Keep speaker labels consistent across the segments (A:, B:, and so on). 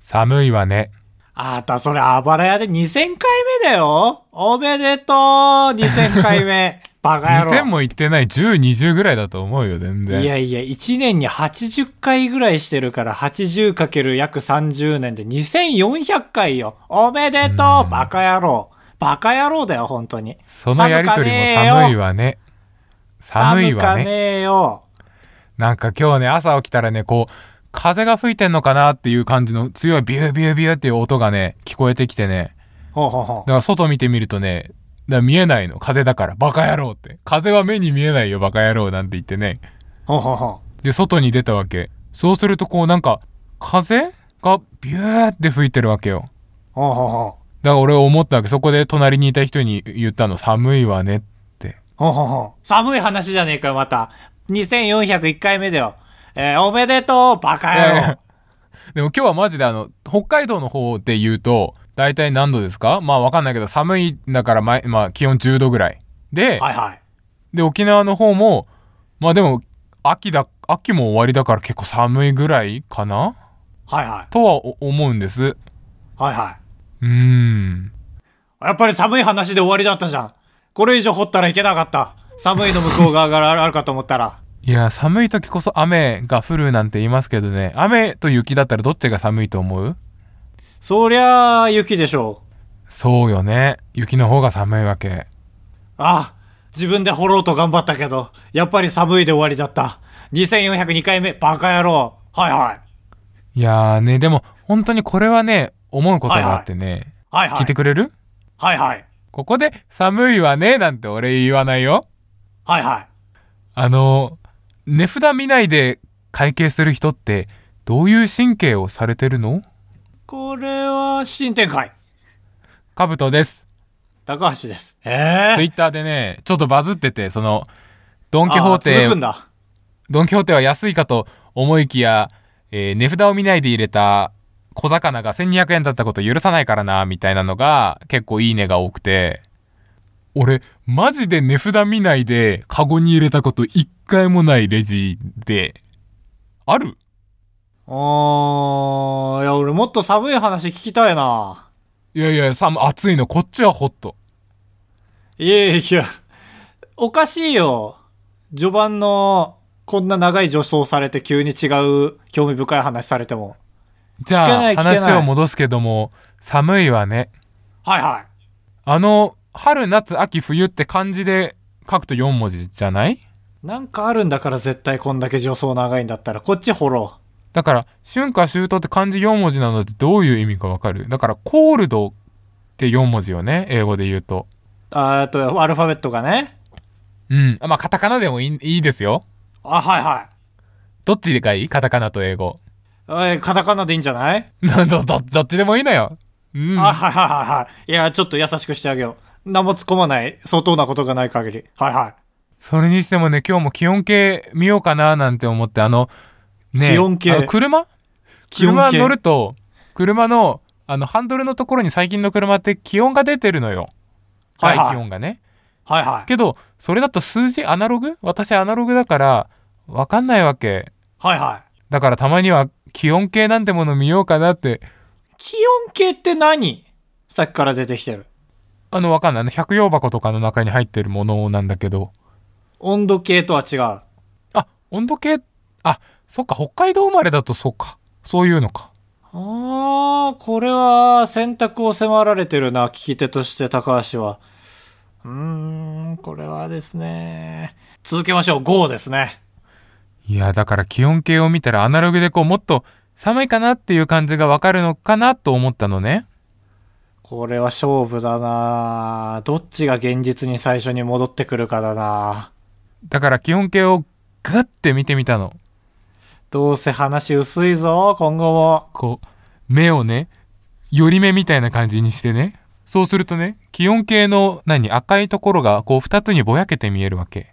A: 寒いわね。
B: あた、それ、あばら屋で2000回目だよおめでとう !2000 回 目バカ野
A: 2000
B: 郎
A: も行ってない10、20ぐらいだと思うよ、全然。
B: いやいや、1年に80回ぐらいしてるから、80かける約30年で2400回よおめでとう
A: うん
B: バカ野郎バカ野郎だよ、本当に。
A: そのやりとりも寒いわね。寒いわ
B: 寒か
A: ね。
B: ねえよ。
A: なんか今日ね、朝起きたらね、こう、風が吹いてんのかなっていう感じの強いビュービュービューっていう音がね、聞こえてきてね。
B: ほうほうほ
A: だから外見てみるとね、だから見えないの。風だから。バカ野郎って。風は目に見えないよ、バカ野郎なんて言ってね。
B: う。ほうほうほ
A: で、外に出たわけ。そうするとこうなんか、風がビューって吹いてるわけよ。
B: う。ほうほうほう。
A: だから俺思ったわけ。そこで隣にいた人に言ったの。寒いわねって。
B: ほうほうほう。寒い話じゃねえかよ、また。2401回目だよ。えーおめでとうバカ野 郎
A: でも今日はマジであの、北海道の方で言うと、大体何度ですかまあわかんないけど、寒いんだから、ま、まあ気温10度ぐらい。で、
B: はいはい。
A: で、沖縄の方も、まあでも、秋だ、秋も終わりだから結構寒いぐらいかな
B: はいは
A: とはお思うんです。
B: い。はいはい。
A: うーん。
B: やっぱり寒い話で終わりだったじゃん。これ以上掘ったらいけなかった。寒いの向こう側があるあるかと思ったら。
A: いや、寒い時こそ雨が降るなんて言いますけどね。雨と雪だったらどっちが寒いと思う
B: そりゃあ、雪でしょう。
A: そうよね。雪の方が寒いわけ。
B: ああ、自分で掘ろうと頑張ったけど、やっぱり寒いで終わりだった。2402回目、バカ野郎。はいはい。
A: いやーね、でも、本当にこれはね、思うことがあってね。
B: はいは
A: 聞いて
B: い。
A: くれる
B: はいはい。
A: ここで、寒いわね、なんて俺言わないよ。
B: はいはい。
A: あの、値札見ないで会計する人って、どういう神経をされてるの
B: これは、新展開。
A: カブトです。
B: 高橋です。え
A: ツイ
B: え
A: ッターでね、ちょっとバズってて、その、ド
B: ー。
A: ンキホー
B: あ
A: テ
B: 続くんだ。
A: ドン・キホーテは安いかと思いきや、えー値札を見ないで入れた小魚が1200円だったこと許さないからな、みたいなのが結構いいねが多くて、俺、マジで値札見ないで、カゴに入れたこと一回もないレジで、ある
B: おー、いや、俺もっと寒い話聞きたいな。
A: いやいや、寒、暑いの、こっちはホット。
B: いやいや、おかしいよ。序盤の、こんな長い助走されて急に違う興味深い話されても。
A: じゃ
B: 聞けな
A: あ、
B: い聞けない
A: 話を戻すけども、寒いわね。
B: はいは
A: あの、春、夏、秋、冬って漢字で書くと4文字じゃない
B: い。なんかあるんだから絶対こんだけ助走長いんだったら、こっち掘ろ
A: だから、春夏秋冬って漢字4文字なのってどういう意味かわかるだから、コールドって4文字よね、英語で言うと。
B: う。あーあと、アルファベットがね。
A: うん。あまあ、カタカナでもいいいいですよ。
B: あ、はいは
A: どっちがいいカタカナと英語。
B: い。えーカタカナでいいんじゃない、
A: ど、ど、ど、どっちでもいいのよ。うん。
B: あ、はいはいはいはい。いや、ちょっと優しくしてあげよう。何も突っ込まない、相当なことがない限り。はいは
A: それにしてもね、今日も気温計見ようかななんて思って、あの、ね、
B: 気温計
A: あの車
B: 気温計
A: 車乗ると、車の、あの、ハンドルのところに最近の車って気温が出てるのよ。
B: はいはい
A: 外気温がね。
B: い。はいはい。
A: けど、それだと数字アナログ私アナログだから、わかんないわけ。
B: はいはい。
A: だからたまには気温計なんてもの見ようかなって、
B: 気温計って何さっきから出てきてる。
A: あの、わかんない。あの、百葉箱とかの中に入ってるものなんだけど。
B: 温度計とは違う。
A: あ、温度計、あ、そっか、北海道生まれだとそうか。そういうのか。
B: ああ、これは選択を迫られてるな、聞き手として高橋は。うーん、これはですね。続けましょう、5ですね。
A: いや、だから気温計を見たらアナログでこう、もっと寒いかなっていう感じがわかるのかなと思ったのね。
B: これは勝負だなどっちが現実に最初に戻ってくるかだな
A: だから気温計をグッて見てみたの。
B: どうせ話薄いぞ、今後も。
A: こう、目をね、寄り目みたいな感じにしてね。そうするとね、気温計の、何、赤いところが、こう、二つにぼやけて見えるわけ。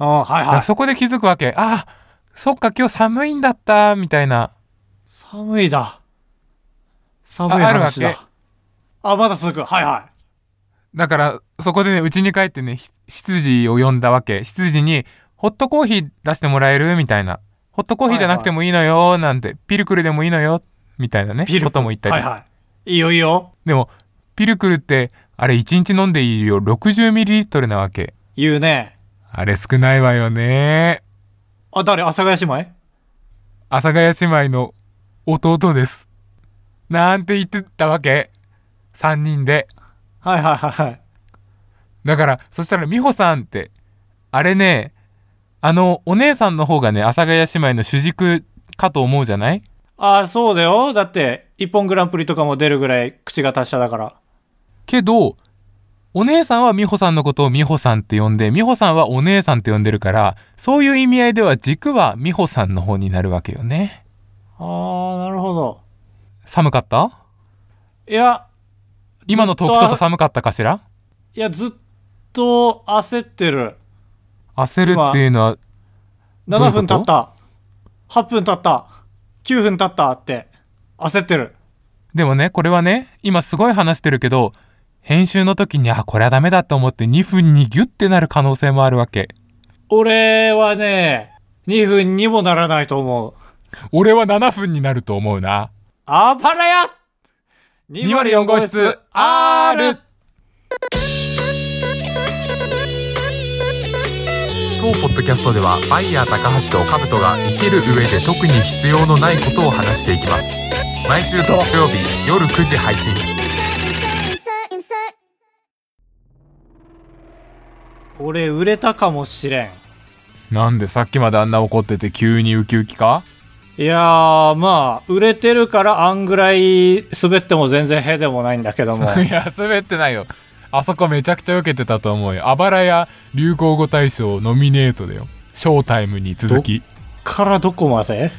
B: うん、は
A: だ
B: い
A: か
B: は
A: ら
B: い。
A: そこで気づくわけ。ああ、そっか、今日寒いんだった、みたいな。
B: 寒いだ。寒い
A: ああるわ
B: 話
A: け
B: だ。あまだ続く。はいはい。
A: だから、そこでね、家に帰ってね、ひ執事を呼んだわけ。執事に、ホットコーヒー出してもらえるみたいな。ホットコーヒーじゃなくてもいいのよ、なんて。ピルクルでもいいのよ、みたいなね、
B: ピルクル
A: ことも言ったり。
B: はいはい。いいよいいよ。
A: でも、ピルクルって、あれ1日飲んでいい量 60ml なわけ。
B: 言うね。
A: あれ少ないわよね。
B: あ、誰阿佐ヶ谷姉妹
A: 阿佐ヶ谷姉妹の弟です。なんて言ってたわけ。3人で。
B: はいはいはいはい。
A: だから、そしたら美穂さんって、あれね、あの、お姉さんの方がね、阿佐ヶ谷姉妹の主軸かと思うじゃない
B: あ、そうだよ。だって、一本グランプリとかも出るぐらい口が達者だから。
A: けど、お姉さんは美穂さんのことを美穂さんって呼んで、美穂さんはお姉さんって呼んでるから、そういう意味合いでは軸は美穂さんの方になるわけよね。
B: あー、なるほど。
A: 寒かった
B: いや、
A: 今のトークちょっと寒かったかしら
B: いや、ずっと焦ってる。
A: 焦るっていうのは、どういうこ
B: 7
A: と
B: 分経った。8分経った。9分経ったって。焦ってる。
A: でもね、これはね、今すごい話してるけど、編集の時に、あ、これはダメだと思って2分にギュッてなる可能性もあるわけ。
B: 俺はね、2分にもならないと思う。
A: 俺は7分になると思うな。
B: あばらや
A: 204号室 R 当ポッドキャストではバイヤー高橋と兜が生きる上で特に必要のないことを話していきます毎週土曜日夜9時配信
C: insert, insert, insert.
B: 俺売れたかもしれん。
A: なんでさっきまであんな怒ってて急にウキウキか
B: いやー、まあ、売れてるからあんぐらい滑っても全然へでもないんだけども。
A: いや滑ってないよあそこめちゃくちゃ受けてたと思うよあばらや流行語大賞ノミネートだよショータイムに続き
B: からどこまで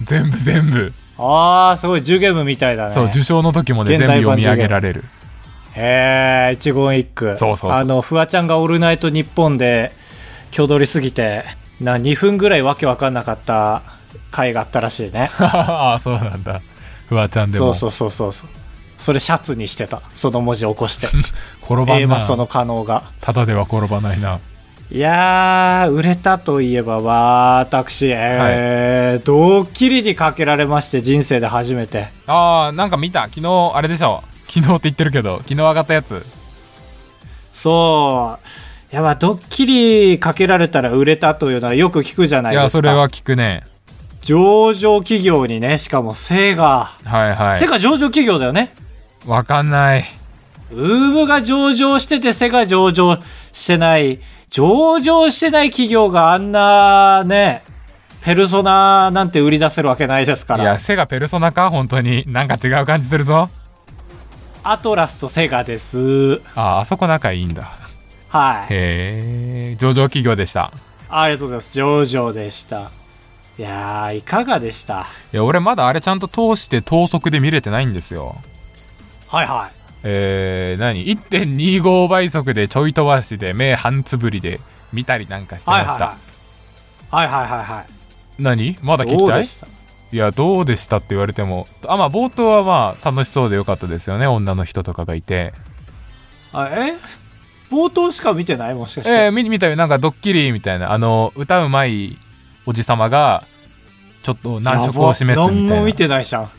A: 全部全部、
B: あー、すごい、ジュゲムみたいだね。
A: そう受賞の時もね
B: 現
A: 全部
B: 代
A: 読
B: 版
A: み上げられる
B: へえ、一言一句。
A: そうそうそう
B: あの、フワちゃんがオールナイト日本で、挙取りすぎて、な、2分ぐらいわけわかんなかった回があったらしいね。
A: ああそうなんだフワちゃんで
B: そ
A: も
B: うそうそうそうそう。それシャツにしてた。その文字起こして。
A: 転ば
B: A
A: ん
B: マ
A: な
B: ストの可能が。
A: ただでは転ばないない
B: やー、売れたといえば、私、えードッキリにかけられまして、人生で初めて。
A: ああなんか見た昨日あれでしょ昨日って言ってるけど昨日上がったやつ
B: そう。やば、ドッキリかけられたら売れたというのはよく聞くじゃない
A: い
B: ですか。
A: やそれは聞くね
B: 上場企業にね、しかもセガ。
A: はいは
B: セガ上場企業だよね。
A: いわかんない
B: ウームが上場しててセガ上場してない、上場してない企業があんなね、ペルソナなんて売り出せるわけないですか
A: いや
B: ら。
A: 背がペルソナか本当になんか違う感じするぞ
B: アトラスとセガです。
A: あーあそこ仲いいんだ
B: はい。
A: へえ上場企業でした
B: ありがとうございます。上場でした。いやー、いかがでした
A: いや俺まだあれちゃんと通して等速で見れてないんですよ
B: はいは
A: えー、何1.25倍速でちょい飛ばしで目半つぶりで見たりなんかして
B: い。
A: ま
B: はい
A: した、
B: はいはい。はいはいはいはい。
A: 何まだ聞
B: ど
A: き
B: う
A: た
B: で
A: い
B: した
A: いやどうでしたって言われてもあまあ冒頭はまあ楽しそうでよかったですよね女の人とかがいて
B: あえ冒頭しか見てないもしかして。
A: えー、見見たよなんかドッキリみたいなあの歌うまいおじさまがちょっと難色を示すみ
B: やば
A: た
B: 何も
A: い
B: 見
A: な
B: てないじゃん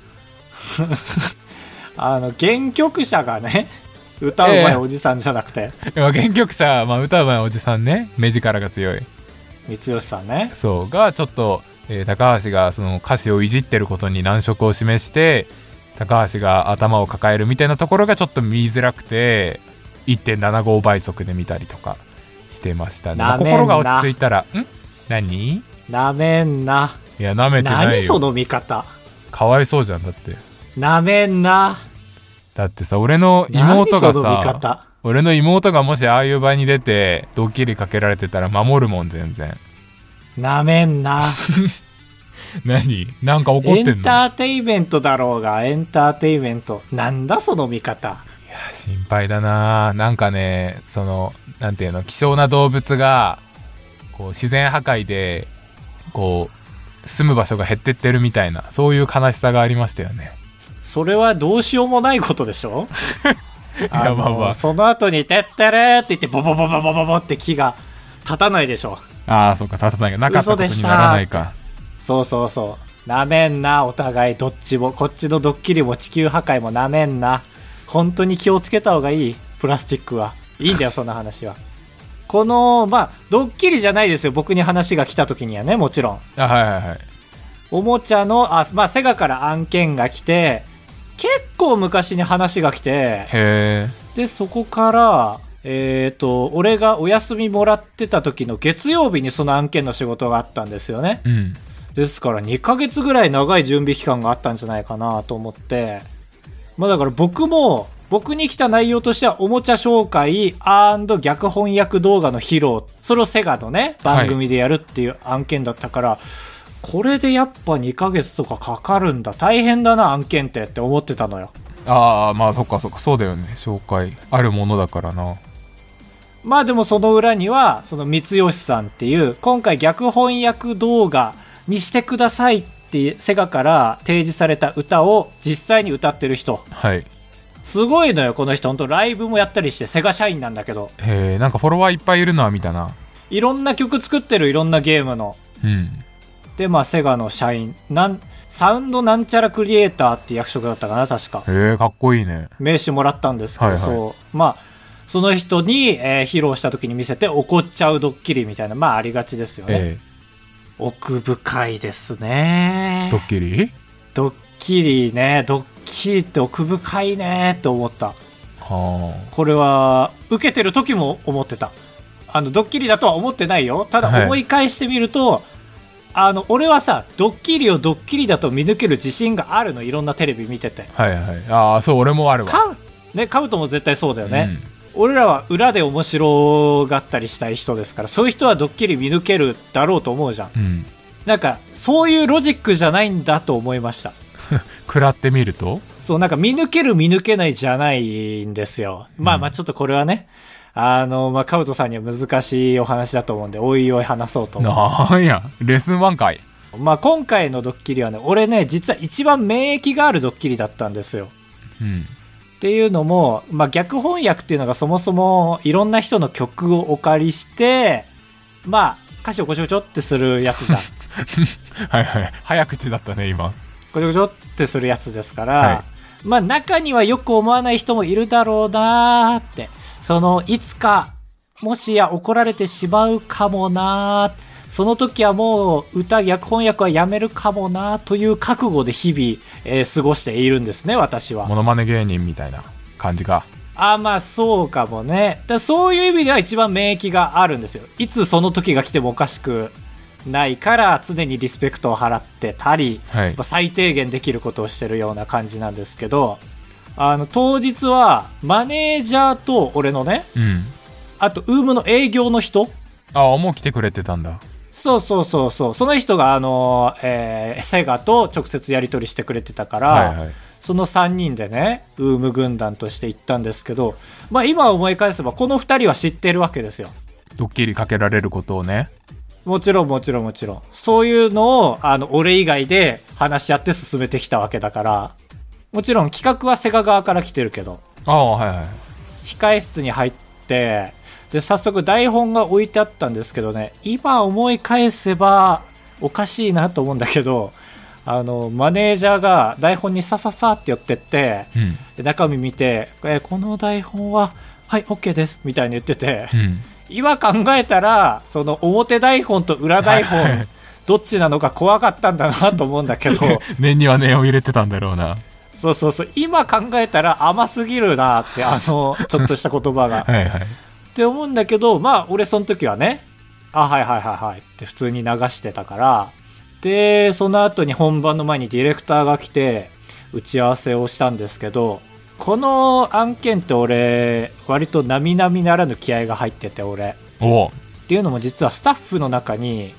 B: あの原曲者がね歌うまいおじさんじゃなくて、
A: いや原曲者、まあ、歌うまいおじさんね目力が強い
B: 三吉さんね
A: そうがちょっと、えー高橋がその歌詞をいじってることに難色を示して高橋が頭を抱えるみたいなところがちょっと見づらくて1.75倍速で見たりとかしてましたね、まあ
B: なめんな
A: 心が落ち着いたらん何い
B: なめんな
A: やなめてない
B: 何そ
A: よ
B: の見方
A: かわいそうじゃんだって
B: なめんな
A: だってさ俺の妹が
B: 何その見
A: さ
B: 方
A: 俺の妹がもしああいう場に出てドッキリかけられてたら守るもん全然
B: なめんな
A: 何なんか怒っ
B: エ
A: てん
B: ン
A: の
B: ターテイメントだろうがエンターテイメントなんだその見方
A: 心配だななんかねそのなんていうの希少な動物がこう自然破壊でこう住む場所が減ってってるみたいなそういう悲しさがありましたよ ね
B: それはどうしようもないことで しょ
A: や
B: あの
A: まあまあ
B: その後に「てってれ」って言ってボボボボボボボって木が立たないでしょ
A: ああそうか立たないかなかったことにならないか
B: そうそうそなめんな、お互い。どっちも。こっちのドッキリも地球破壊もなめんな。本当に気をつけた方がいい。プラスチックは。い いんだよ、そんな話は。この、まあ、ドッキリじゃないですよ。僕に話が来た時にはね、もちろん。
A: あはいはいはい
B: おもちゃの、あ、まあ、セガから案件が来て、結構昔に話が来て、
A: へえ
B: で、そこから、えっ、と、俺がお休みもらってた時の月曜日にその案件の仕事があったんですよね。
A: うん
B: ですから2ヶ月ぐらい長い準備期間があったんじゃないかなと思って、まあだから僕も、僕に来た内容としてはおもちゃ紹介逆翻訳動画の披露、それをセガのね、番組でやるっていう案件だったから、これでやっぱ2ヶ月とかかかるんだ、大変だな案件ってって思ってたのよ。
A: ああまあそっかそっかそうだよね紹介あるものだからな
B: まあでもその裏には、その三吉さんっていう、今回逆翻訳動画にしてくださいってセガから提示された歌を実際に歌ってる人。
A: はいへ
B: すごいのよ、この人。本当ライブもやったりして、セガ社員なんだけど。
A: えんかフォロワーいっぱいいるのは見たない
B: ろんな曲作ってる、いろんなゲームの。
A: うん
B: で、まあセガの社員。なん、サウンドなんちゃらクリエイターって役職だったかな、確か。
A: へえかっこいいね
B: 名刺もらったんですけど、
A: はいはい
B: そう。まあ、その人に、えー披露した時に見せて怒っちゃうドッキリみたいな、まあありがちですよね。
A: え
B: 奥深いです
A: え
B: ね
A: ドッキリ
B: ドッキリねドッキリって奥深いねって思った
A: は
B: これは受けてる時も思ってたあのドッキリだとは思ってないよた
A: は
B: だ
A: い
B: 思い返してみると、あの俺はさドッキリをドッキリだと見抜ける自信があるのいろんなテレビ見てて
A: あはいはいああそう俺もあるわ
B: カウ,、ね、カウトも絶対そうだよね、俺らは裏で面白がったりしたい人ですからそういう人はドッキリ見抜けるだろうと思うじゃん
A: うん、うん、
B: なんかそういうロジックじゃないんだと思いました
A: 食らってみると
B: そう、なんか見抜ける見抜けないじゃないんですよ。まあまあちょっとこれはね、あの、まあカウトさんには難しいお話だと思うんで、おいおい話そうと思う。
A: なんやレッスン1回
B: まあ今回のドッキリはね、俺ね、実は一番免疫があるドッキリだったんですよ。
A: うん
B: っていうのも、まあ逆翻訳っていうのがそもそもいろんな人の曲をお借りして、まあ歌詞をごちょごちょってするやつじゃん。
A: はいはい早口だったね今
B: ごちょごちょってするやつですから、
A: は
B: まあ中にはよく思わない人もいるだろうなーって、そのいつか、もしや怒られてしまうかもなー、その時はもう歌逆翻訳はやめるかもなーという覚悟で日々、えー過ごしているんですね、私は
A: モ。ノマネ芸人みたいな感じか
B: あ、まあそうかもね。だそういう意味では一番免疫があるんですよ。いつその時が来てもおかしくないから常にリスペクトを払ってたり、
A: はい
B: まあ最低限できることをしてるような感じなんですけど、あの、当日は、マネージャーと俺のね、
A: うん
B: あと、ウームの営業の人、
A: ああもう来てくれてたんだ
B: そうそうそうそう、その人が、あの、えーセガと直接やり取りしてくれてたから、
A: はいはい
B: その3人でね、ウーム軍団として行ったんですけど、まあ今思い返せば、この2人は知ってるわけですよ。
A: ドッキリかけられることをね
B: もちろんもちろんもちろん。そういうのを、あの、俺以外で話し合って進めてきたわけだから、もちろん企画はセガ側から来てるけど、
A: ああはいはい
B: 控え室に入って、で、早速台本が置いてあったんですけどね、今思い返せばおかしいなと思うんだけど、あの、マネージャーが台本にさささって寄ってって、
A: うん
B: で中身見て、えーこの台本は、はい、OK です、みたいに言ってて、
A: うん
B: 今考えたら、その表台本と裏台
A: は
B: 本
A: い、
B: どっちなのか怖かったんだなと思うんだ けど、
A: 念には念を入れてたんだろうな
B: そうそうそう、今考えたら甘すぎるなって、あの、ちょっとした言葉
A: は
B: が。
A: いはい
B: って思うんだけど、まあ、俺その時はね、あ、はいはいはいはいって普通に流してたから、で、その後に本番の前にディレクターが来て、打ち合わせをしたんですけど、この案件って俺、割と並々ならぬ気合が入ってて、俺。
A: おう
B: っていうのも実はスタッフの中に、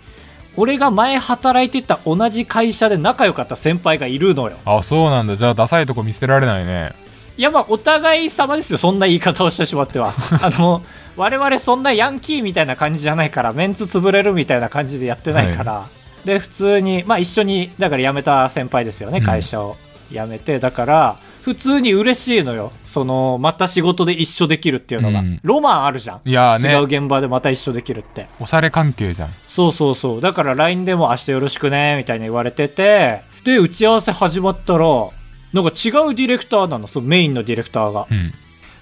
B: 俺が前働いてた同じ会社で仲良かった先輩がいるのよ。
A: あそうなんだじゃあダサいとこ見せられないね
B: いやまあお互い様ですよそんな言い方をしてしまっ てはあの我々そんなヤンキーみたいな感じじゃないからメンツ潰れるみたいな感じでやってないから、で普通にまあ一緒にだから辞めた先輩ですよね
A: うん
B: 会社を辞めて、だから普通に嬉しいのよ。その、また仕事で一緒できるっていうのが。
A: うん
B: ロマンあるじゃん。
A: いやーね
B: 違う現場でまた一緒できるって。
A: おしゃれ関係じゃん。
B: そうそうそう。だから LINE でも明日よろしくね、みたいに言われてて、で、打ち合わせ始まったら、なんか違うディレクターなの、そのメインのディレクターが
A: う。ん。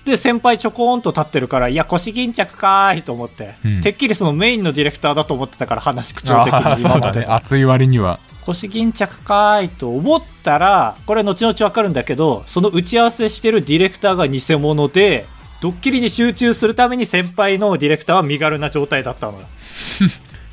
B: で、先輩ちょこんと立ってるから、いや、腰巾着かーいと思って、
A: うん
B: てっきりそのメインのディレクターだと思ってたから、話口調的
A: ああ、
B: に
A: そ
B: 今
A: う
B: ま
A: だ
B: で。
A: ね。熱い割には。
B: 腰巾着かーいと思ったら、これ後々わかるんだけど、その打ち合わせしてるディレクターが偽物で、ドッキリに集中するために先輩のディレクターは身軽な状態だったのよ。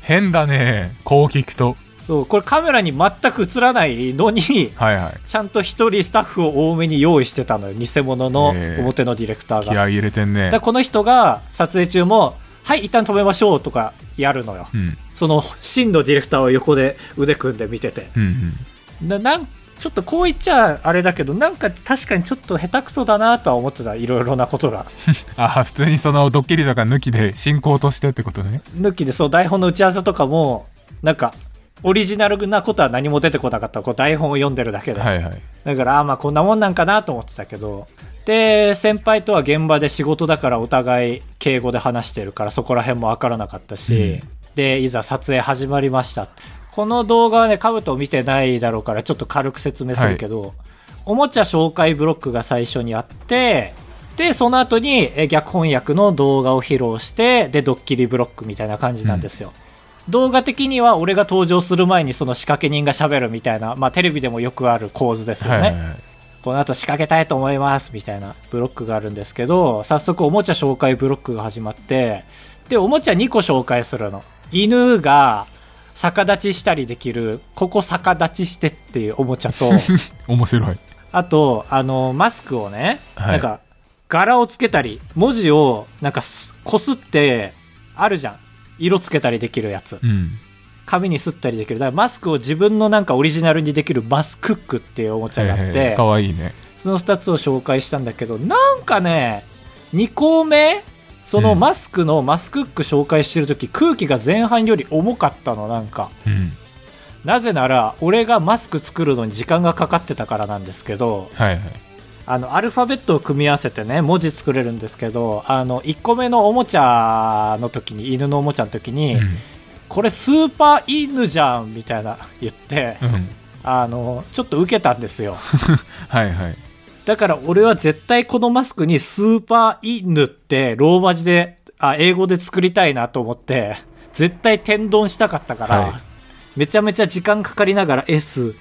A: 変だね。こう聞くと。
B: そう、これカメラに全く映らないのに、
A: はいはい。
B: ちゃんと一人スタッフを多めに用意してたのよ。偽物の
A: へー
B: 表のディレクター
A: 気
B: が。
A: 合い入れてんね
B: で。この人が撮影中も、はい、一旦止めましょうとかやるのよ。
A: うん。
B: その真のディレクターを横で腕組んで見てて。
A: うんうん。
B: ななんちょっとこう言っちゃあれだけどなんか確かにちょっと下手くそだなとは思ってたいろいろなことが
A: ああ、普通にそのドッキリとか抜きで進行としてってことね。
B: 抜きでそう台本の打ち合わせとかもなんかオリジナルなことは何も出てこなかったこう台本を読んでるだけで、
A: はいはい。
B: だからあーまあこんなもんなんかなと思ってたけどで先輩とは現場で仕事だからお互い敬語で話してるからそこら辺も分からなかったし、
A: う
B: でいざ撮影始まりましたこの動画はねカブト見てないだろうからちょっと軽く説明するけど、おもちゃ紹介ブロックが最初にあってでその後にえ逆翻訳の動画を披露してでドッキリブロックみたいな感じなんですよ、動画的には俺が登場する前にその仕掛け人が喋るみたいな、まあ、テレビでもよくある構図ですよ
A: は
B: ね、
A: いはいはい。
B: この後仕掛けたいと思いますみたいなブロックがあるんですけど早速おもちゃ紹介ブロックが始まってでおもちゃ2個紹介するの犬が逆立ちしたりできるここ逆立ちしてっていうおもちゃ と
A: 面白い。
B: あとあのマスクをね、
A: はい
B: なんか柄をつけたり文字をなんかすこすってあるじゃん色つけたりできるやつ
A: うん。
B: 紙にすったりできるだからマスクを自分のなんかオリジナルにできるマスクックっていうおもちゃがあって、
A: へーかわいいね。
B: その2つを紹介したんだけど、なんかね、2項目、その
A: うん
B: マスクのマスクック紹介してるとき、空気が前半より重かったの、なんか。
A: うん。
B: なぜなら、俺がマスク作るのに時間がかかってたからなんですけど、
A: はいはい。
B: あの、アルファベットを組み合わせてね、文字作れるんですけど、あの、1個目のおもちゃの時に、犬のおもちゃの時に、
A: う
B: これスーパー犬じゃんみたいな言って、
A: ん。うん。
B: あの、ちょっと受けたんですよ。
A: はいはい。
B: だから俺は絶対このマスクにスーパーイヌってローマ字で、あ、英語で作りたいなと思って、絶対天丼したかったから、
A: はい
B: めちゃめちゃ時間かかりながら S、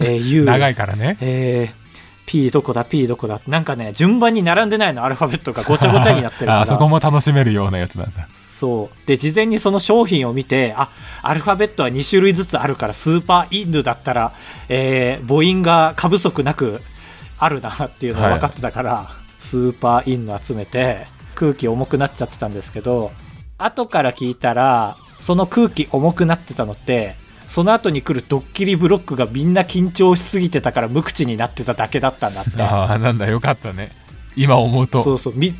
B: え ー U、
A: 長いからね。
B: えー P どこだ P どこだってなんかね、順番に並んでないの、アルファベットがごちゃごちゃになってるから。
A: あそこも楽しめるようなやつなんだ。
B: そう。で、事前にその商品を見て、あ、アルファベットは2種類ずつあるから、スーパーインドだったら、えー母音が過不足なくあるなっていうのが分かってたから、スーパーインド集めて、空気重くなっちゃってたんですけど、後から聞いたら、その空気重くなってたのって、その後に来るドッキリブロックがみんな緊張しすぎてたから無口になってただけだったんだって。
A: ああ、なんだ、よかったね。今思う
B: そ
A: と。
B: うそう。み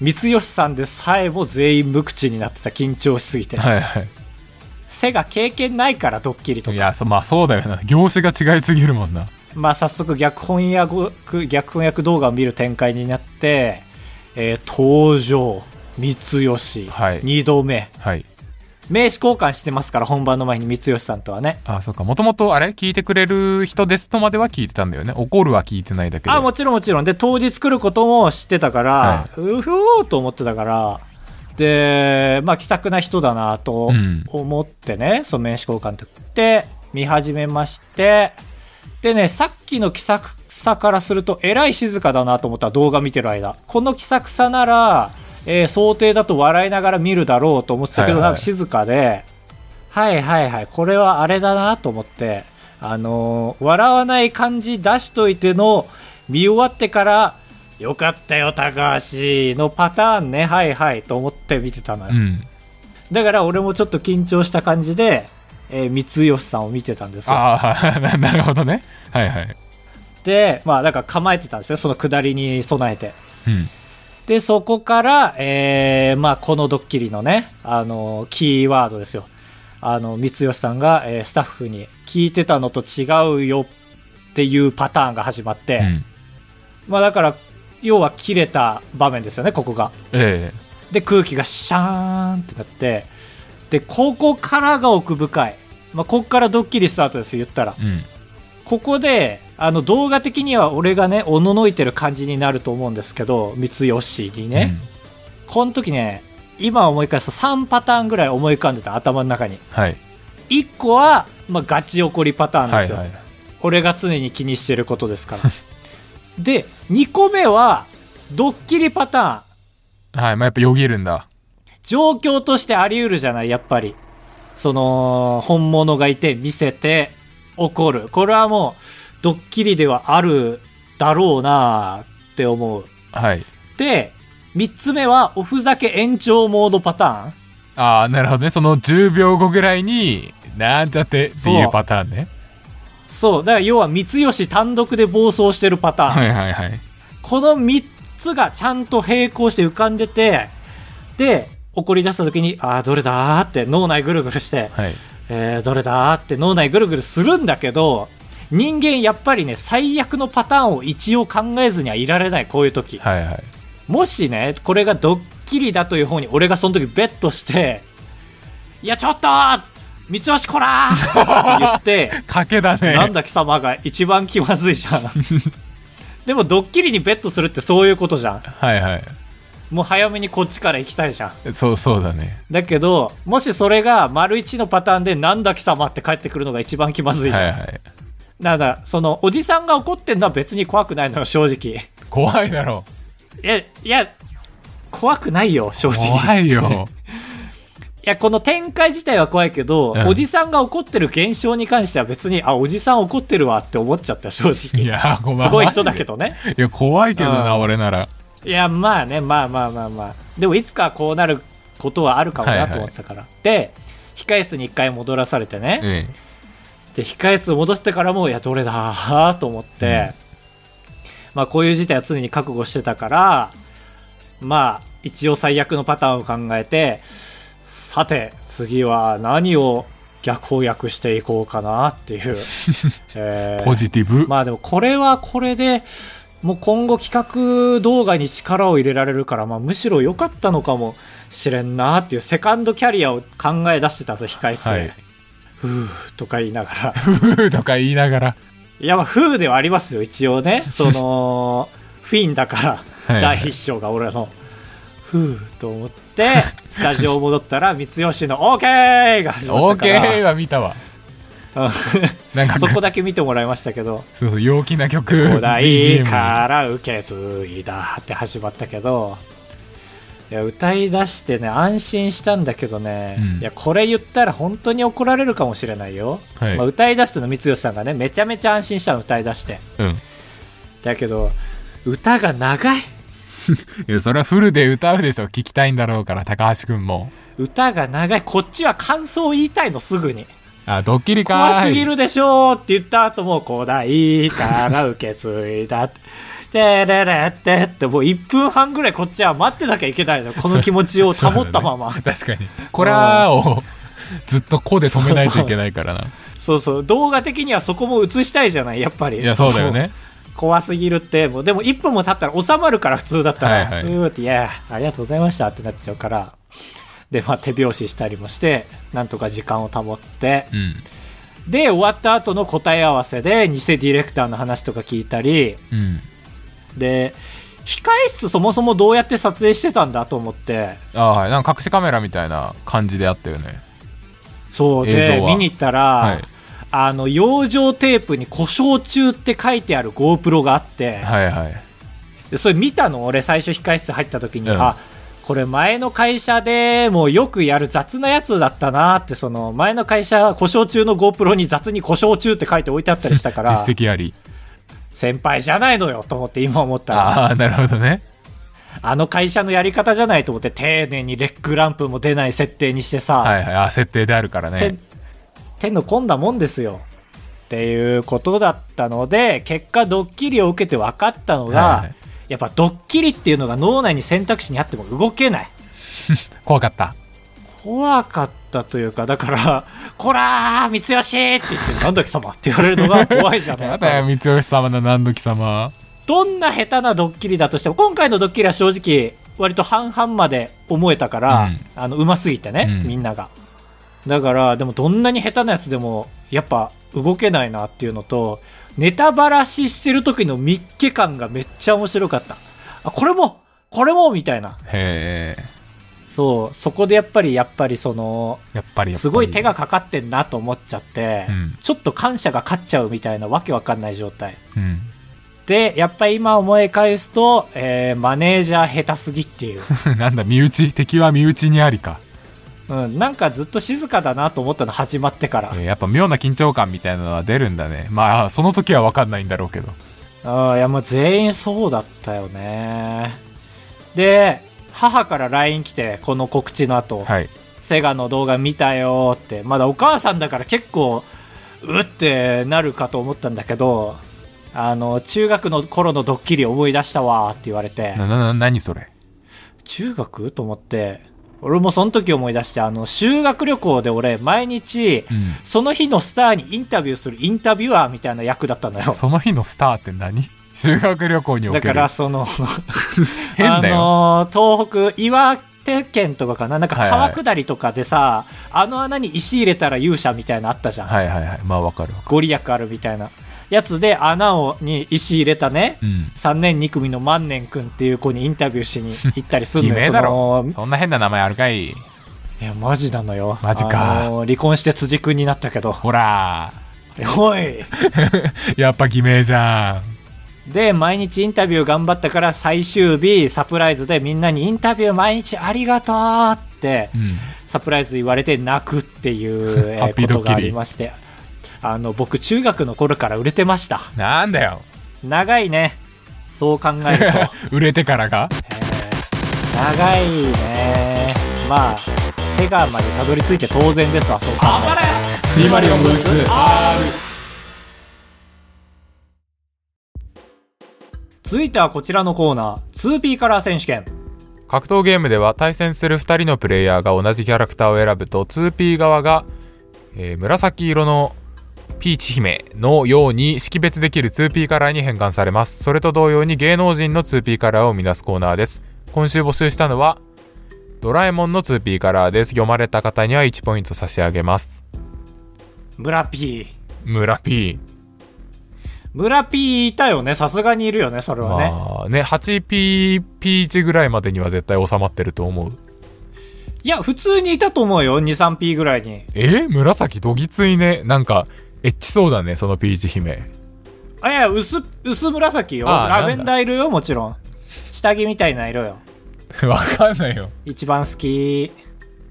B: 三吉さんでさえも全員無口になってた緊張しすぎて、
A: はいはい。
B: 背が経験ないからドッキリと
A: い
B: か
A: や、そまあそうだよな。業種が違いすぎるもんな。
B: まあ早速逆翻訳逆翻訳動画を見る展開になって、えー登場三吉、
A: はい
B: 2度目
A: はい。
B: 名刺交換してますから本番の前に三吉さんとはね
A: ああ、そうか。もともと、あれ聞いてくれる人ですとまでは聞いてたんだよね。怒るは聞いてないだけで。
B: あもちろんもちろんで当日来ることも知ってたから、
A: は
B: うふおーと思ってたからでまあ気さくな人だなと
A: うん
B: 思ってね、その名刺交換とって見始めましてでねさっきの気さくさからするとえらい静かだなと思った動画見てる間この気さくさなら、えー想定だと笑いながら見るだろうと思ってたけど、
A: はいはい
B: なんか静かではいはいはい、これはあれだなと思って、あのー笑わない感じ出しといての、見終わってから、よかったよ、高橋のパターンね、はいはい、と思って見てたのよ。
A: うん。
B: だから俺もちょっと緊張した感じで、えー、三吉さんを見てたんですよ。
A: ああ、 ななるほどね。はいはい。
B: で、まあ、だから構えてたんですよ、その下りに備えて。
A: うん。
B: で、そこから、えーまあ、このドッキリのね、あのキーワードですよ。あの、三吉さんが、えースタッフに聞いてたのと違うよっていうパターンが始まって、
A: うん。
B: まあだから要は切れた場面ですよねここが
A: え
B: で空気がシャーンってなってでここからが奥深い、まあ、ここからドッキリスタートですよ言ったら
A: えうん
B: ここであの動画的には俺がねおののいてる感じになると思うんですけど三吉にね、この時ね今思い返すと3パターンぐらい思い浮かんでた頭の中に
A: うんはい
B: 1個は、まあ、ガチ怒りパターン
A: は
B: で
A: い
B: すよ、
A: はい
B: 俺が常に気にしてることですから で2個目はドッキリパターン
A: はいまあやっぱよぎるんだ
B: 状況としてあり得るじゃないやっぱりその本物がいて見せて怒るこれはもうドッキリではあるだろうなって思う
A: はい
B: で3つ目はおふざけ延長モードパターン
A: ああなるほどねその10秒後ぐらいになんちゃってってい
B: そう
A: うパターンね
B: そうだから要は三吉単独で暴走してるパターン、
A: はいはいはい
B: この3つがちゃんと並行して浮かんでてで怒り出した時にああどれだーって脳内ぐるぐるして
A: はい
B: えー、どれだーって脳内ぐるぐるするんだけど人間やっぱりね最悪のパターンを一応考えずにはいられないこういう時
A: はいはい
B: もしねこれがドッキリだという方に俺がその時ベットして「いやちょっとー三吉こらー!」 って言っ
A: 賭けだ
B: て
A: ね
B: なんだ貴様が一番気まずい じゃんでもドッキリにベットするってそういうことじゃん
A: はいは
B: もう早めにこっちから行きたいじゃん
A: いそうそうだね
B: だけどもしそれが丸一のパターンで「なんだ貴様」って帰ってくるのが一番気まずいじゃん
A: はいはい
B: なんだそのおじさんが怒ってんのは別に怖くないのよ正直
A: 怖いだろ
B: いやいや怖くないよ正直
A: 怖い よ
B: いやこの展開自体は怖いけど、
A: うん
B: おじさんが怒ってる現象に関しては別にあおじさん怒ってるわって思っちゃった正直
A: いやごめん
B: すごい人だけどね
A: いや怖いけどな
B: うん
A: 俺なら
B: いやまあねまあまあまあまあでもいつかこうなることはあるかもなと思ってたから、で控室に1回戻らされてね、
A: え
B: で控え室戻してからもいやどれだーと思って、まあこういう事態は常に覚悟してたからまあ一応最悪のパターンを考えてさて次は何を逆翻訳していこうかなっていう、え
A: え
B: ー
A: ポジティブ
B: まあでもこれはこれでもう今後企画動画に力を入れられるから、まあ、むしろ良かったのかもしれんなっていうセカンドキャリアを考え出してたんですよ控え室で、
A: はい
B: ふーとか言いながら
A: ふーとか言いながら
B: いやまあ風ではありますよ一応ねその フィンだか
A: は
B: ら
A: い
B: 第一章が俺の風と思 ってスタジオ戻ったら三吉の「オーケー!」が始ま
A: オ
B: っ
A: ー
B: たか
A: ケー
B: ら
A: は見たわなん
B: うん
A: か
B: そこだけ見てもらいましたけど
A: そうそう陽気な曲
B: 「古代
A: BGM
B: から受け継いだ」って始まったけどいや歌い出してね安心したんだけどね、
A: うん
B: いやこれ言ったら本当に怒られるかもしれないよ、
A: はい
B: まあ、歌い出しての三吉さんがねめちゃめちゃ安心したの歌い出して
A: うん
B: だけど歌が長い
A: いやそれはフルで歌うでしょ聞きたいんだろうから高橋くんも
B: 歌が長いこっちは感想を言いたいのすぐに
A: あドッキリかーい
B: 怖すぎるでしょうって言った後も古代から受け継いだっててれれってってもう1分半ぐらいこっちは待ってなきゃいけないのこの気持ちを
A: そうだ
B: 保
A: ね
B: ったままそう,、
A: 確かにこらーをずっとこで止めないといけないからな
B: そう動画的にはそこも映したいじゃないやっぱり
A: いやそうだよね
B: 怖すぎるってもうでも1分も経ったら収まるから普通だったら、
A: はいはいう
B: ーって「いやーありがとうございました」ってなっちゃうからで、まあ、手拍子したりもしてなんとか時間を保って
A: うん
B: で終わった後の答え合わせで偽ディレクターの話とか聞いたり
A: うん
B: で控え室そもそもどうやって撮影してたんだと思って
A: あーはいなんか隠しカメラみたいな感じであったよね
B: そう
A: 映
B: で
A: 像は
B: 見に行ったら、
A: はい
B: あの養生テープに故障中って書いてある GoPro があって、
A: はいはい
B: でそれ見たの俺最初控え室入った時に、
A: うん
B: あこれ前の会社でもうよくやる雑なやつだったなってその前の会社は故障中の GoPro に雑に故障中って書いて置いてあったりしたから
A: 実績あり
B: 先輩じゃないのよと思って今思ったら
A: ああなるほどね
B: あの会社のやり方じゃないと思って丁寧にレッグランプも出ない設定にしてさ、
A: はいはいあー設定であるから
B: 手
A: ね
B: 手の込んだもんですよっていうことだったので結果ドッキリを受けて分かったのが、
A: はいはい
B: やっぱドッキリっていうのが脳内に選択肢にあっても動けない
A: 怖かった
B: 怖かったというかだから「こらー三 吉!」って言って「なんだ貴様!」って言われるのが怖いじゃない
A: やだよ三吉様の何時様
B: どんな下手なドッキリだとしても、今回のドッキリは正直、割と半々まで思えたから、
A: うん
B: あの、うますぎてね、
A: うん
B: みんなが。だから、でもどんなに下手なやつでも、やっぱ動けないなっていうのと、ネタばらししてる時の密け感がめっちゃ面白かった。あ、これもこれもみたいな。
A: へえ
B: そう、そこでやっぱり、やっぱりその、
A: やっぱりやっぱり
B: すごい手がかかってんなと思っちゃって、
A: うん
B: ちょっと感謝が勝っちゃうみたいなわけわかんない状態。
A: うん
B: で、やっぱり今思い返すと、えーマネージャー下手すぎっ ていう。
A: なんだ身内敵は身内にありか、
B: うん、なんかずっと静かだなと思ったの始まってから
A: え。ーやっぱ妙な緊張感みたいなのは出るんだねまあその時は分かんないんだろうけど
B: ああ、いやもう全員そうだったよね。で、母から LINE 来て、この告知の後、
A: はい
B: セガの動画見たよって、まだお母さんだから結構、うってなるかと思ったんだけど、あの、中学の頃のドッキリ思い出したわーって言われて。
A: ななな何それ
B: 中学と思って俺もその時思い出してあの修学旅行で俺毎日、
A: うん
B: その日のスターにインタビューするインタビュアーみたいな役だったのよ
A: その日のスターって何 修学旅行におけ
B: だ
A: る
B: からその
A: 変だよ
B: あの東北岩手県とかかななんか
A: はいはい
B: 川下りとかでさ、あの穴に石入れたら勇者みたいなのあったじゃん、
A: はいはいはいまあ分かるわ
B: ご利益あるみたいなやつで穴をに石入れたね、
A: うん
B: 3年2組の万年くんっていう子にインタビューしに行ったりする
A: 偽
B: のよ
A: 名だろ
B: その
A: そんな変な名前あるかい
B: いや、マジなのよ。
A: マジか
B: あのー離婚して辻君になった けど。
A: ほら
B: おい
A: ーやっぱ偽名じゃん
B: で、毎日インタビュー頑張ったから、最終日、サプライズでみんなにインタビュー毎日ありがとうって、
A: うん
B: サプライズ言われて泣くっていう、えー
A: ハッピー
B: こ
A: ドッキリ
B: とがありまして。あの、僕、中学の頃から売れてました。
A: なんだ よ
B: 長いね。そう考えると。
A: 売れてからが
B: えー長いね。まあ、セガまでたどり着いて当然ですわ、そう考えると
A: リマリオンブース
B: 続いてはこちらのコーナー 2P カラー選手権
A: 格闘ゲームでは対戦する2人のプレイヤーが同じキャラクターを選ぶと 2P 側が、えー紫色のピーチ姫のように識別できる 2P カラーに変換されますそれと同様に芸能人の 2P カラーを生み出すコーナーです今週募集したのはドラえもんの 2P カラーです読まれた方には1ポイント差し上げます
B: 村 P
A: 村 P
B: 村 P いたよねさすがにいるよねそれはね
A: まあね 8P ピーチぐらいまでには絶対収まってると思う
B: いや普通にいたと思うよ 23P ぐらいに
A: え紫どぎついねなんかエッチそうだねそのピーチ姫
B: あいや薄薄紫よ
A: あー
B: ラベンダー色よもちろん下着みたいな色よ
A: わかんないよ。
B: 一番好き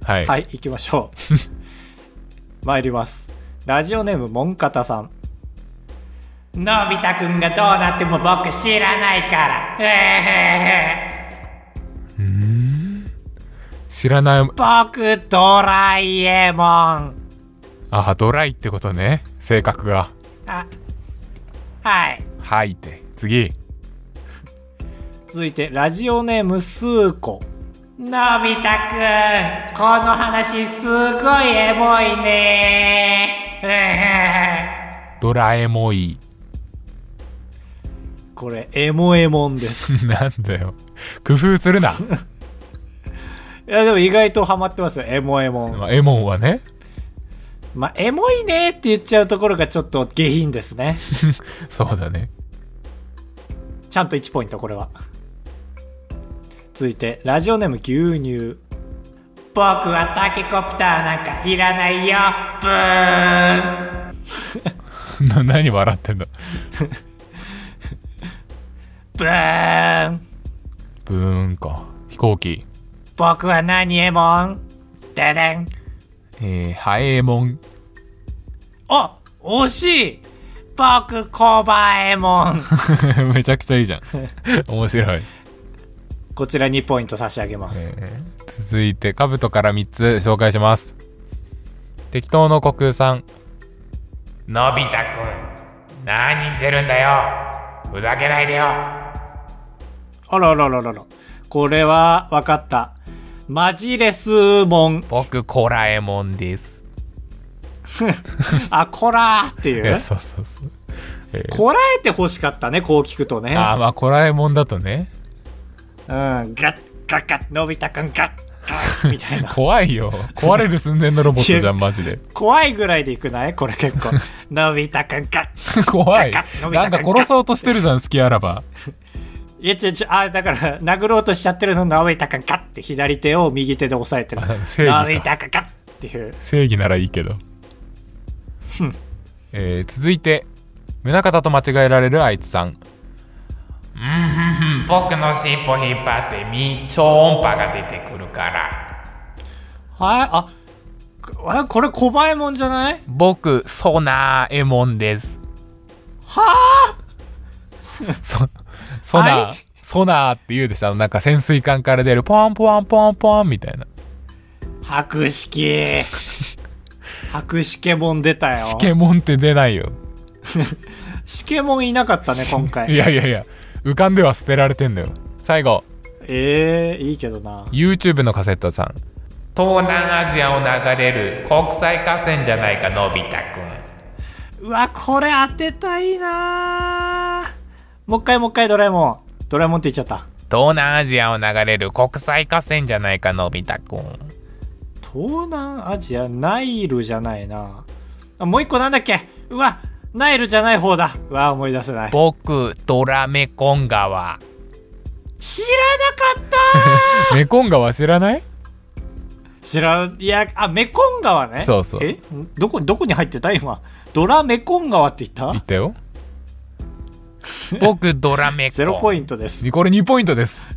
A: はい。
B: はい行きましょ う参りますラジオネームモンカタさんのび太くんがどうなっても僕知らないからへ
A: 知らない。
B: へへ僕ドラえもん
A: あ、ドライってことね。性格が。
B: あはい
A: はいって。次。
B: 続いてラジオネームスーコのび太くんこの話すごいエモいね
A: ドラえもい。
B: これエモエモンです
A: なんだよ。工夫するな。
B: いやでも意外とハマってますよエモエモン
A: まあ、エモンはね。
B: まあエモいねって言っちゃうところがちょっと下品ですね
A: そうだね。
B: ちゃんと1ポイントこれは続いてラジオネーム牛乳僕はタケコプターなんかいらないよブーン
A: な、何笑ってんだ。
B: ブーン
A: ブーンか。飛行機。
B: 僕は何エモンででん
A: えー、ハエモン。
B: あ惜しい僕コバエ モン
A: めちゃくちゃいいじゃん。 面白い。
B: こちら2ポイント差し上げます、
A: 続いてカブトから3つ紹介します適当の国空さんのび太くん何してるんだよふざけないでよ
B: あらあらあらあらこれは分かったマジレスモン
A: 僕コラえもんです
B: あこらーってい
A: いう やそうそうそうえー
B: こらえてほしかったね、こう聞くとね。
A: ああ、まあ、こらえもんだとね。
B: うん、ガッ、ガッガッ、のび太くんガッ、ガッ、みたいな。
A: 怖いよ。壊れる寸前のロボットじゃん、マジで。
B: 怖いぐらいでいくないこれ 結構。のび太くんガッ。
A: 怖い。
B: ガッ
A: なんか殺そうとしてるじゃん、隙あらば。
B: いや、違う違う、あ、だから、殴ろうとしちゃってるの、のび太くんガッって左手を右手で押さえてる。
A: あ
B: の
A: 正義か
B: び太くんガッっていう。
A: 正義ならいいけど
B: ん、
A: えー続いて宗像と間違えられるあいつさんうんうん僕の尻尾引っ張ってみ超音波が出てくるから
B: はい、あ、こあこれ、小バエモンじゃない
A: 僕ソナーエモンですはあ そソナー、
B: はい
A: ソナーって言うでしょあのなんか潜水艦から出るポンポンポンポンみたいな
B: 白式。白式もん出たよ。
A: シケモンって出ないよ
B: しけもんいなかったね、今回。
A: いやいやいや浮かんでは捨てられてんだよ最後
B: ええいいけどな。
A: YouTube のカセットさん東南アジアを流れる国際河川じゃないかのび太くん
B: うわ、これ当てたいなもう一回もう一回ドラえもん。ドラえもんって言っちゃった。
A: 東南アジアを流れる国際河川じゃないかのび太くん
B: 東南アジア、ナイルじゃないなあ、もう一個なんだっけうわ、ナイルじゃない方だ。うわ、思い出せない。
A: 僕ドラメコン川
B: 知らなかっ
A: メコン川知らない
B: た知らん、いや、あ、メコン川ね。
A: そうそう
B: えんどこ、どこに入ってた今。ドラメコン川って言っ
A: 言ったたよ僕ドラメコン
B: ゼロポイントです。い
A: これ2ポイントです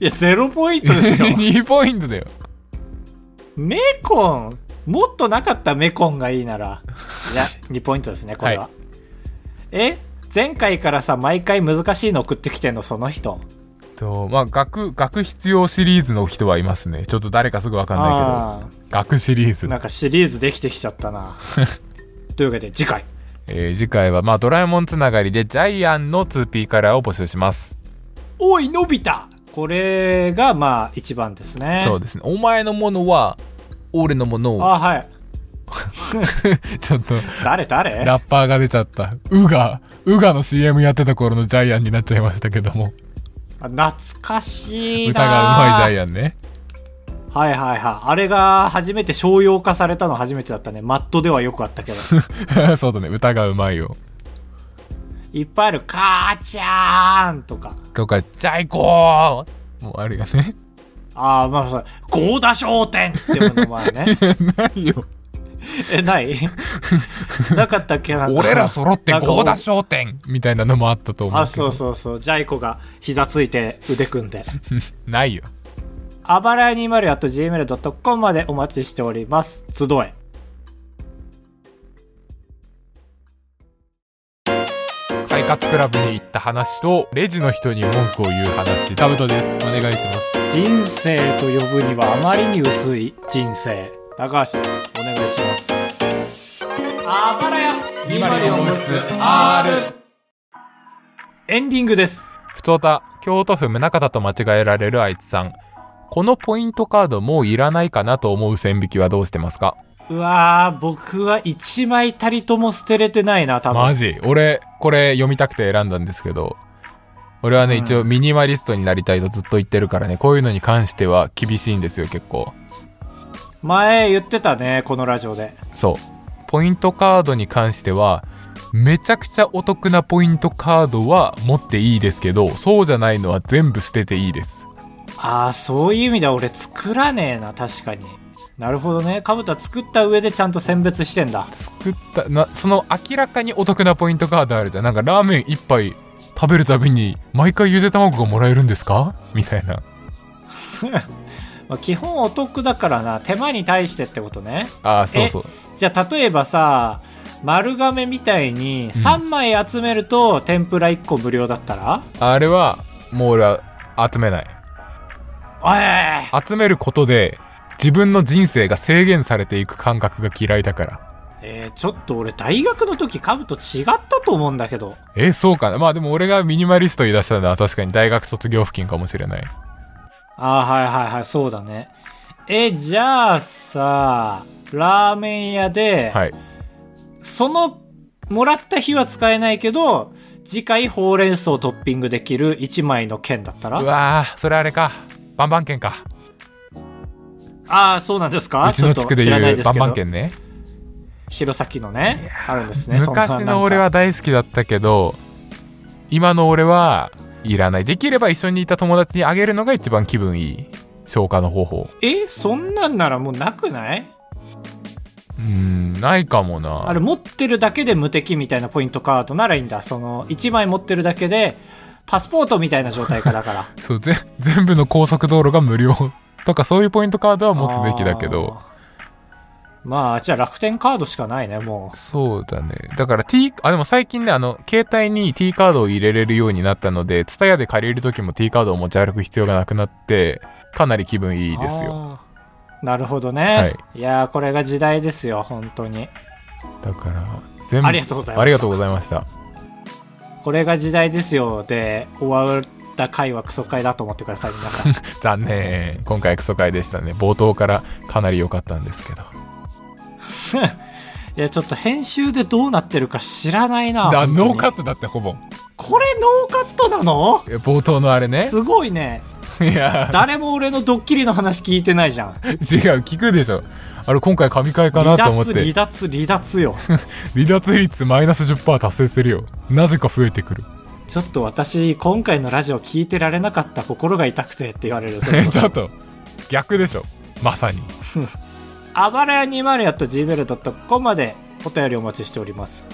B: や、ゼロポイントで すよ。
A: 2ポイントだよ
B: メコンもっとなかったメコンがいいなら。いや、2ポイントですね、これは。
A: は
B: え前回からさ、毎回難しいの送ってきてんの、その人。
A: とまあ学学必要シリーズの人はいますねちょっと誰かすぐ分かんない
B: あ
A: けど学シリーズ
B: ーなんかシリーズできてきちゃっ たな。というわけで、次回。
A: えー次回は、まあ、ドラえもんつながりでジャイアンの 2P カラーを募集します。
B: おい、のび太これが、まあ、一番ですね。
A: そうですね。お前のものは、俺のものを、
B: あ、はい。
A: ちょっと、
B: 誰誰
A: ラッパーが出ちゃった。ウガ、ウガの CM やってた頃のジャイアンになっちゃいましたけども。
B: あ懐かしいな。
A: 歌がうまいジャイ
B: ン。
A: アンね。
B: はいはいはい。あれが初めて商用化されたの初めてだったね。マットではよくあっ たけど。
A: そうだね、歌がうまいよ。
B: いっぱいある、母ちゃーんとか。
A: とか、ジャイコーもあるよね。
B: ああ、まあそう、ゴーダ商店っていうのもあ るね。
A: ないよ。
B: え、ない なかったっけなんか
A: 俺ら揃って
B: なんか
A: ゴーダ商店みたいなのもあったと思うけど。
B: あ、そうそうそう。ジャイ子が膝ついて腕組んで。
A: ないよ。
B: あばらや 20.gmail.com までお待ちしております。集え。
A: 快活クラブに行った話とレジの人に文句を言う話タブトですお願いします
B: 人生と呼ぶにはあまりに薄い人生。高橋です。お願いします。あばらやエンディングです。
A: ふつおた京都府宗像と間違えられるあいつさんこのポイントカードもういらないかなと思う線引きはどうしてますか
B: うわー、僕は一枚たりとも捨てれてないな、多分。
A: マジ俺これ読みたくて選んだんですけど俺はね、
B: うん
A: 一応ミニマリストになりたいとずっと言ってるからねこういうのに関しては厳しいんですよ結構
B: 前言ってたね、このラジオで。
A: そうポイントカードに関してはめちゃくちゃお得なポイントカードは持っていいですけどそうじゃないのは全部捨てていいです
B: ああ、そういう意味では俺作らねえな、確かに。なるほどね。かぶた作った上でちゃんと選別してんだ。
A: 作ったなその明らかにお得なポイントカードあるじゃんなんかラーメン一杯食べるたびに毎回ゆで卵がもらえるんですかみたいな
B: まあ、基本お得だからな、手間に対してってことね。
A: ああそうそう
B: じゃあ、例えばさ、丸亀みたいに3枚集めると天ぷら1個無料だったら、
A: あれはもう俺は集めない
B: おいえ
A: 集めることで自分の人生が制限されていく感覚が嫌いだから
B: えーちょっと俺大学の時かぶと違ったと思うんだけど。
A: えそうかなまあでも俺がミニマリスト言い出したのは確かに大学卒業付近かもしれない
B: ああ、はいはいはい、そうだね。え、じゃあさ、ラーメン屋で、
A: はい
B: そのもらった日は使えないけど、次回ほうれん草をトッピングできる1枚の券だった
A: う
B: ら
A: わーそれあれかバンバン券か
B: ああ、そうなんですか
A: うちの地区で
B: ちょっと知らない
A: い
B: で
A: う
B: す
A: バン
B: けど
A: バン券ね
B: 弘前のね、あるんですね。そんな
A: 昔の俺は。大好きだったけど今の俺はいらないできれば一緒にいた友達にあげるのが一番気分いい消化の方法
B: なんかえ、そんなんならもうなくないう
A: ーんないかもな
B: あれ持ってるだけで無敵みたいなポイントカードならいいんだ。その、1枚持ってるだけで、パスポートみたいな状態かだから。
A: そうぜ全部の高速道路が無料とかそういうポイントカードは 持つべきだけど
B: あー。まあ、じゃあ楽天カードしかないね、も
A: そうだねだから T あでも最近ねあの携帯に T カードを入れれるようになったので TSUTAYA で借りる時も T カードを持ち歩く必要がなくなってかなり気分
B: う。
A: いいですよ
B: あー。なるほどね。
A: はいい、
B: やー、これが時代ですよ、本当に。
A: だから全部
B: ありがとうございました
A: ありがとうございました
B: これが時代ですよ、で、終わった回はクソ回だと思ってください、皆さん。
A: 残念今回クソ回でしたね冒頭からかなり良かったんですけど
B: いや、ちょっと編集でどうなってるか知らないな。
A: だ
B: 本当に
A: ノーカットだってほぼ
B: これノーカットなの
A: いや冒頭のあれね
B: すごいね。
A: いや
B: 誰も俺のドッキリの話聞いてないじゃん。
A: 違う聞くでしょあれ今回神回か
B: 離
A: なと思っ
B: 脱、
A: て
B: 離脱、離脱よ。
A: 離脱率マイナス10%達成するよなぜか増えてくる
B: ちょっと私、今回のラジオ聞いてられなかった心が痛くてって言 われる。それ
A: え
B: こ
A: ち
B: そ
A: ょっと逆でしょまさに
B: あばらや 20.gmail.com までお便りお待ちしております。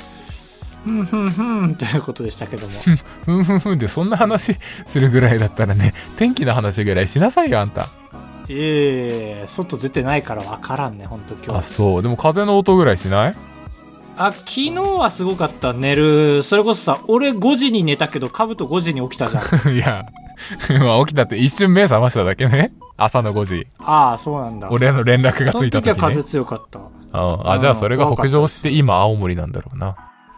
B: ふんふんふんということでしたけ ども。
A: ふんふんふんでそんな話するぐらいだったらね天気の話ぐらいしなさいよあんた
B: ええ外出てないからわからんね、ほんと今
A: あ
B: 日。
A: そうでも風の音ぐらいしない
B: あ、昨日はすごかった、寝る。それこそさ、俺5時に寝たけど、カブと5時に起きたじゃ ん。
A: いや、まあ、起きたって一瞬目覚ましただけね朝の5時
B: ああ、そうなんだ。
A: 俺らの連絡がついた時
B: その時は
A: ね
B: 風強かった。
A: ああじゃあそれが北上して今青森なんだろうな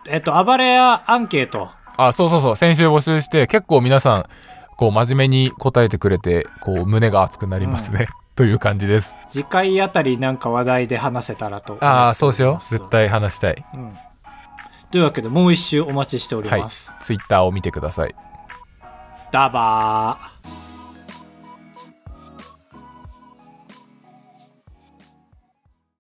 B: えっと、暴れ屋アンケート。
A: あそうそうそう先週募集して結構皆さんこう真面目に答えてくれてこう胸が熱くなりますね、 という感じです
B: 次回あたりなんか話題で話せたらと。
A: ああそうしよう絶
B: 対。
A: 対話したい
B: うん。というわけで、もう一周お待ちしており
A: はい
B: ます。
A: ツイッターを見てください
B: ダバー。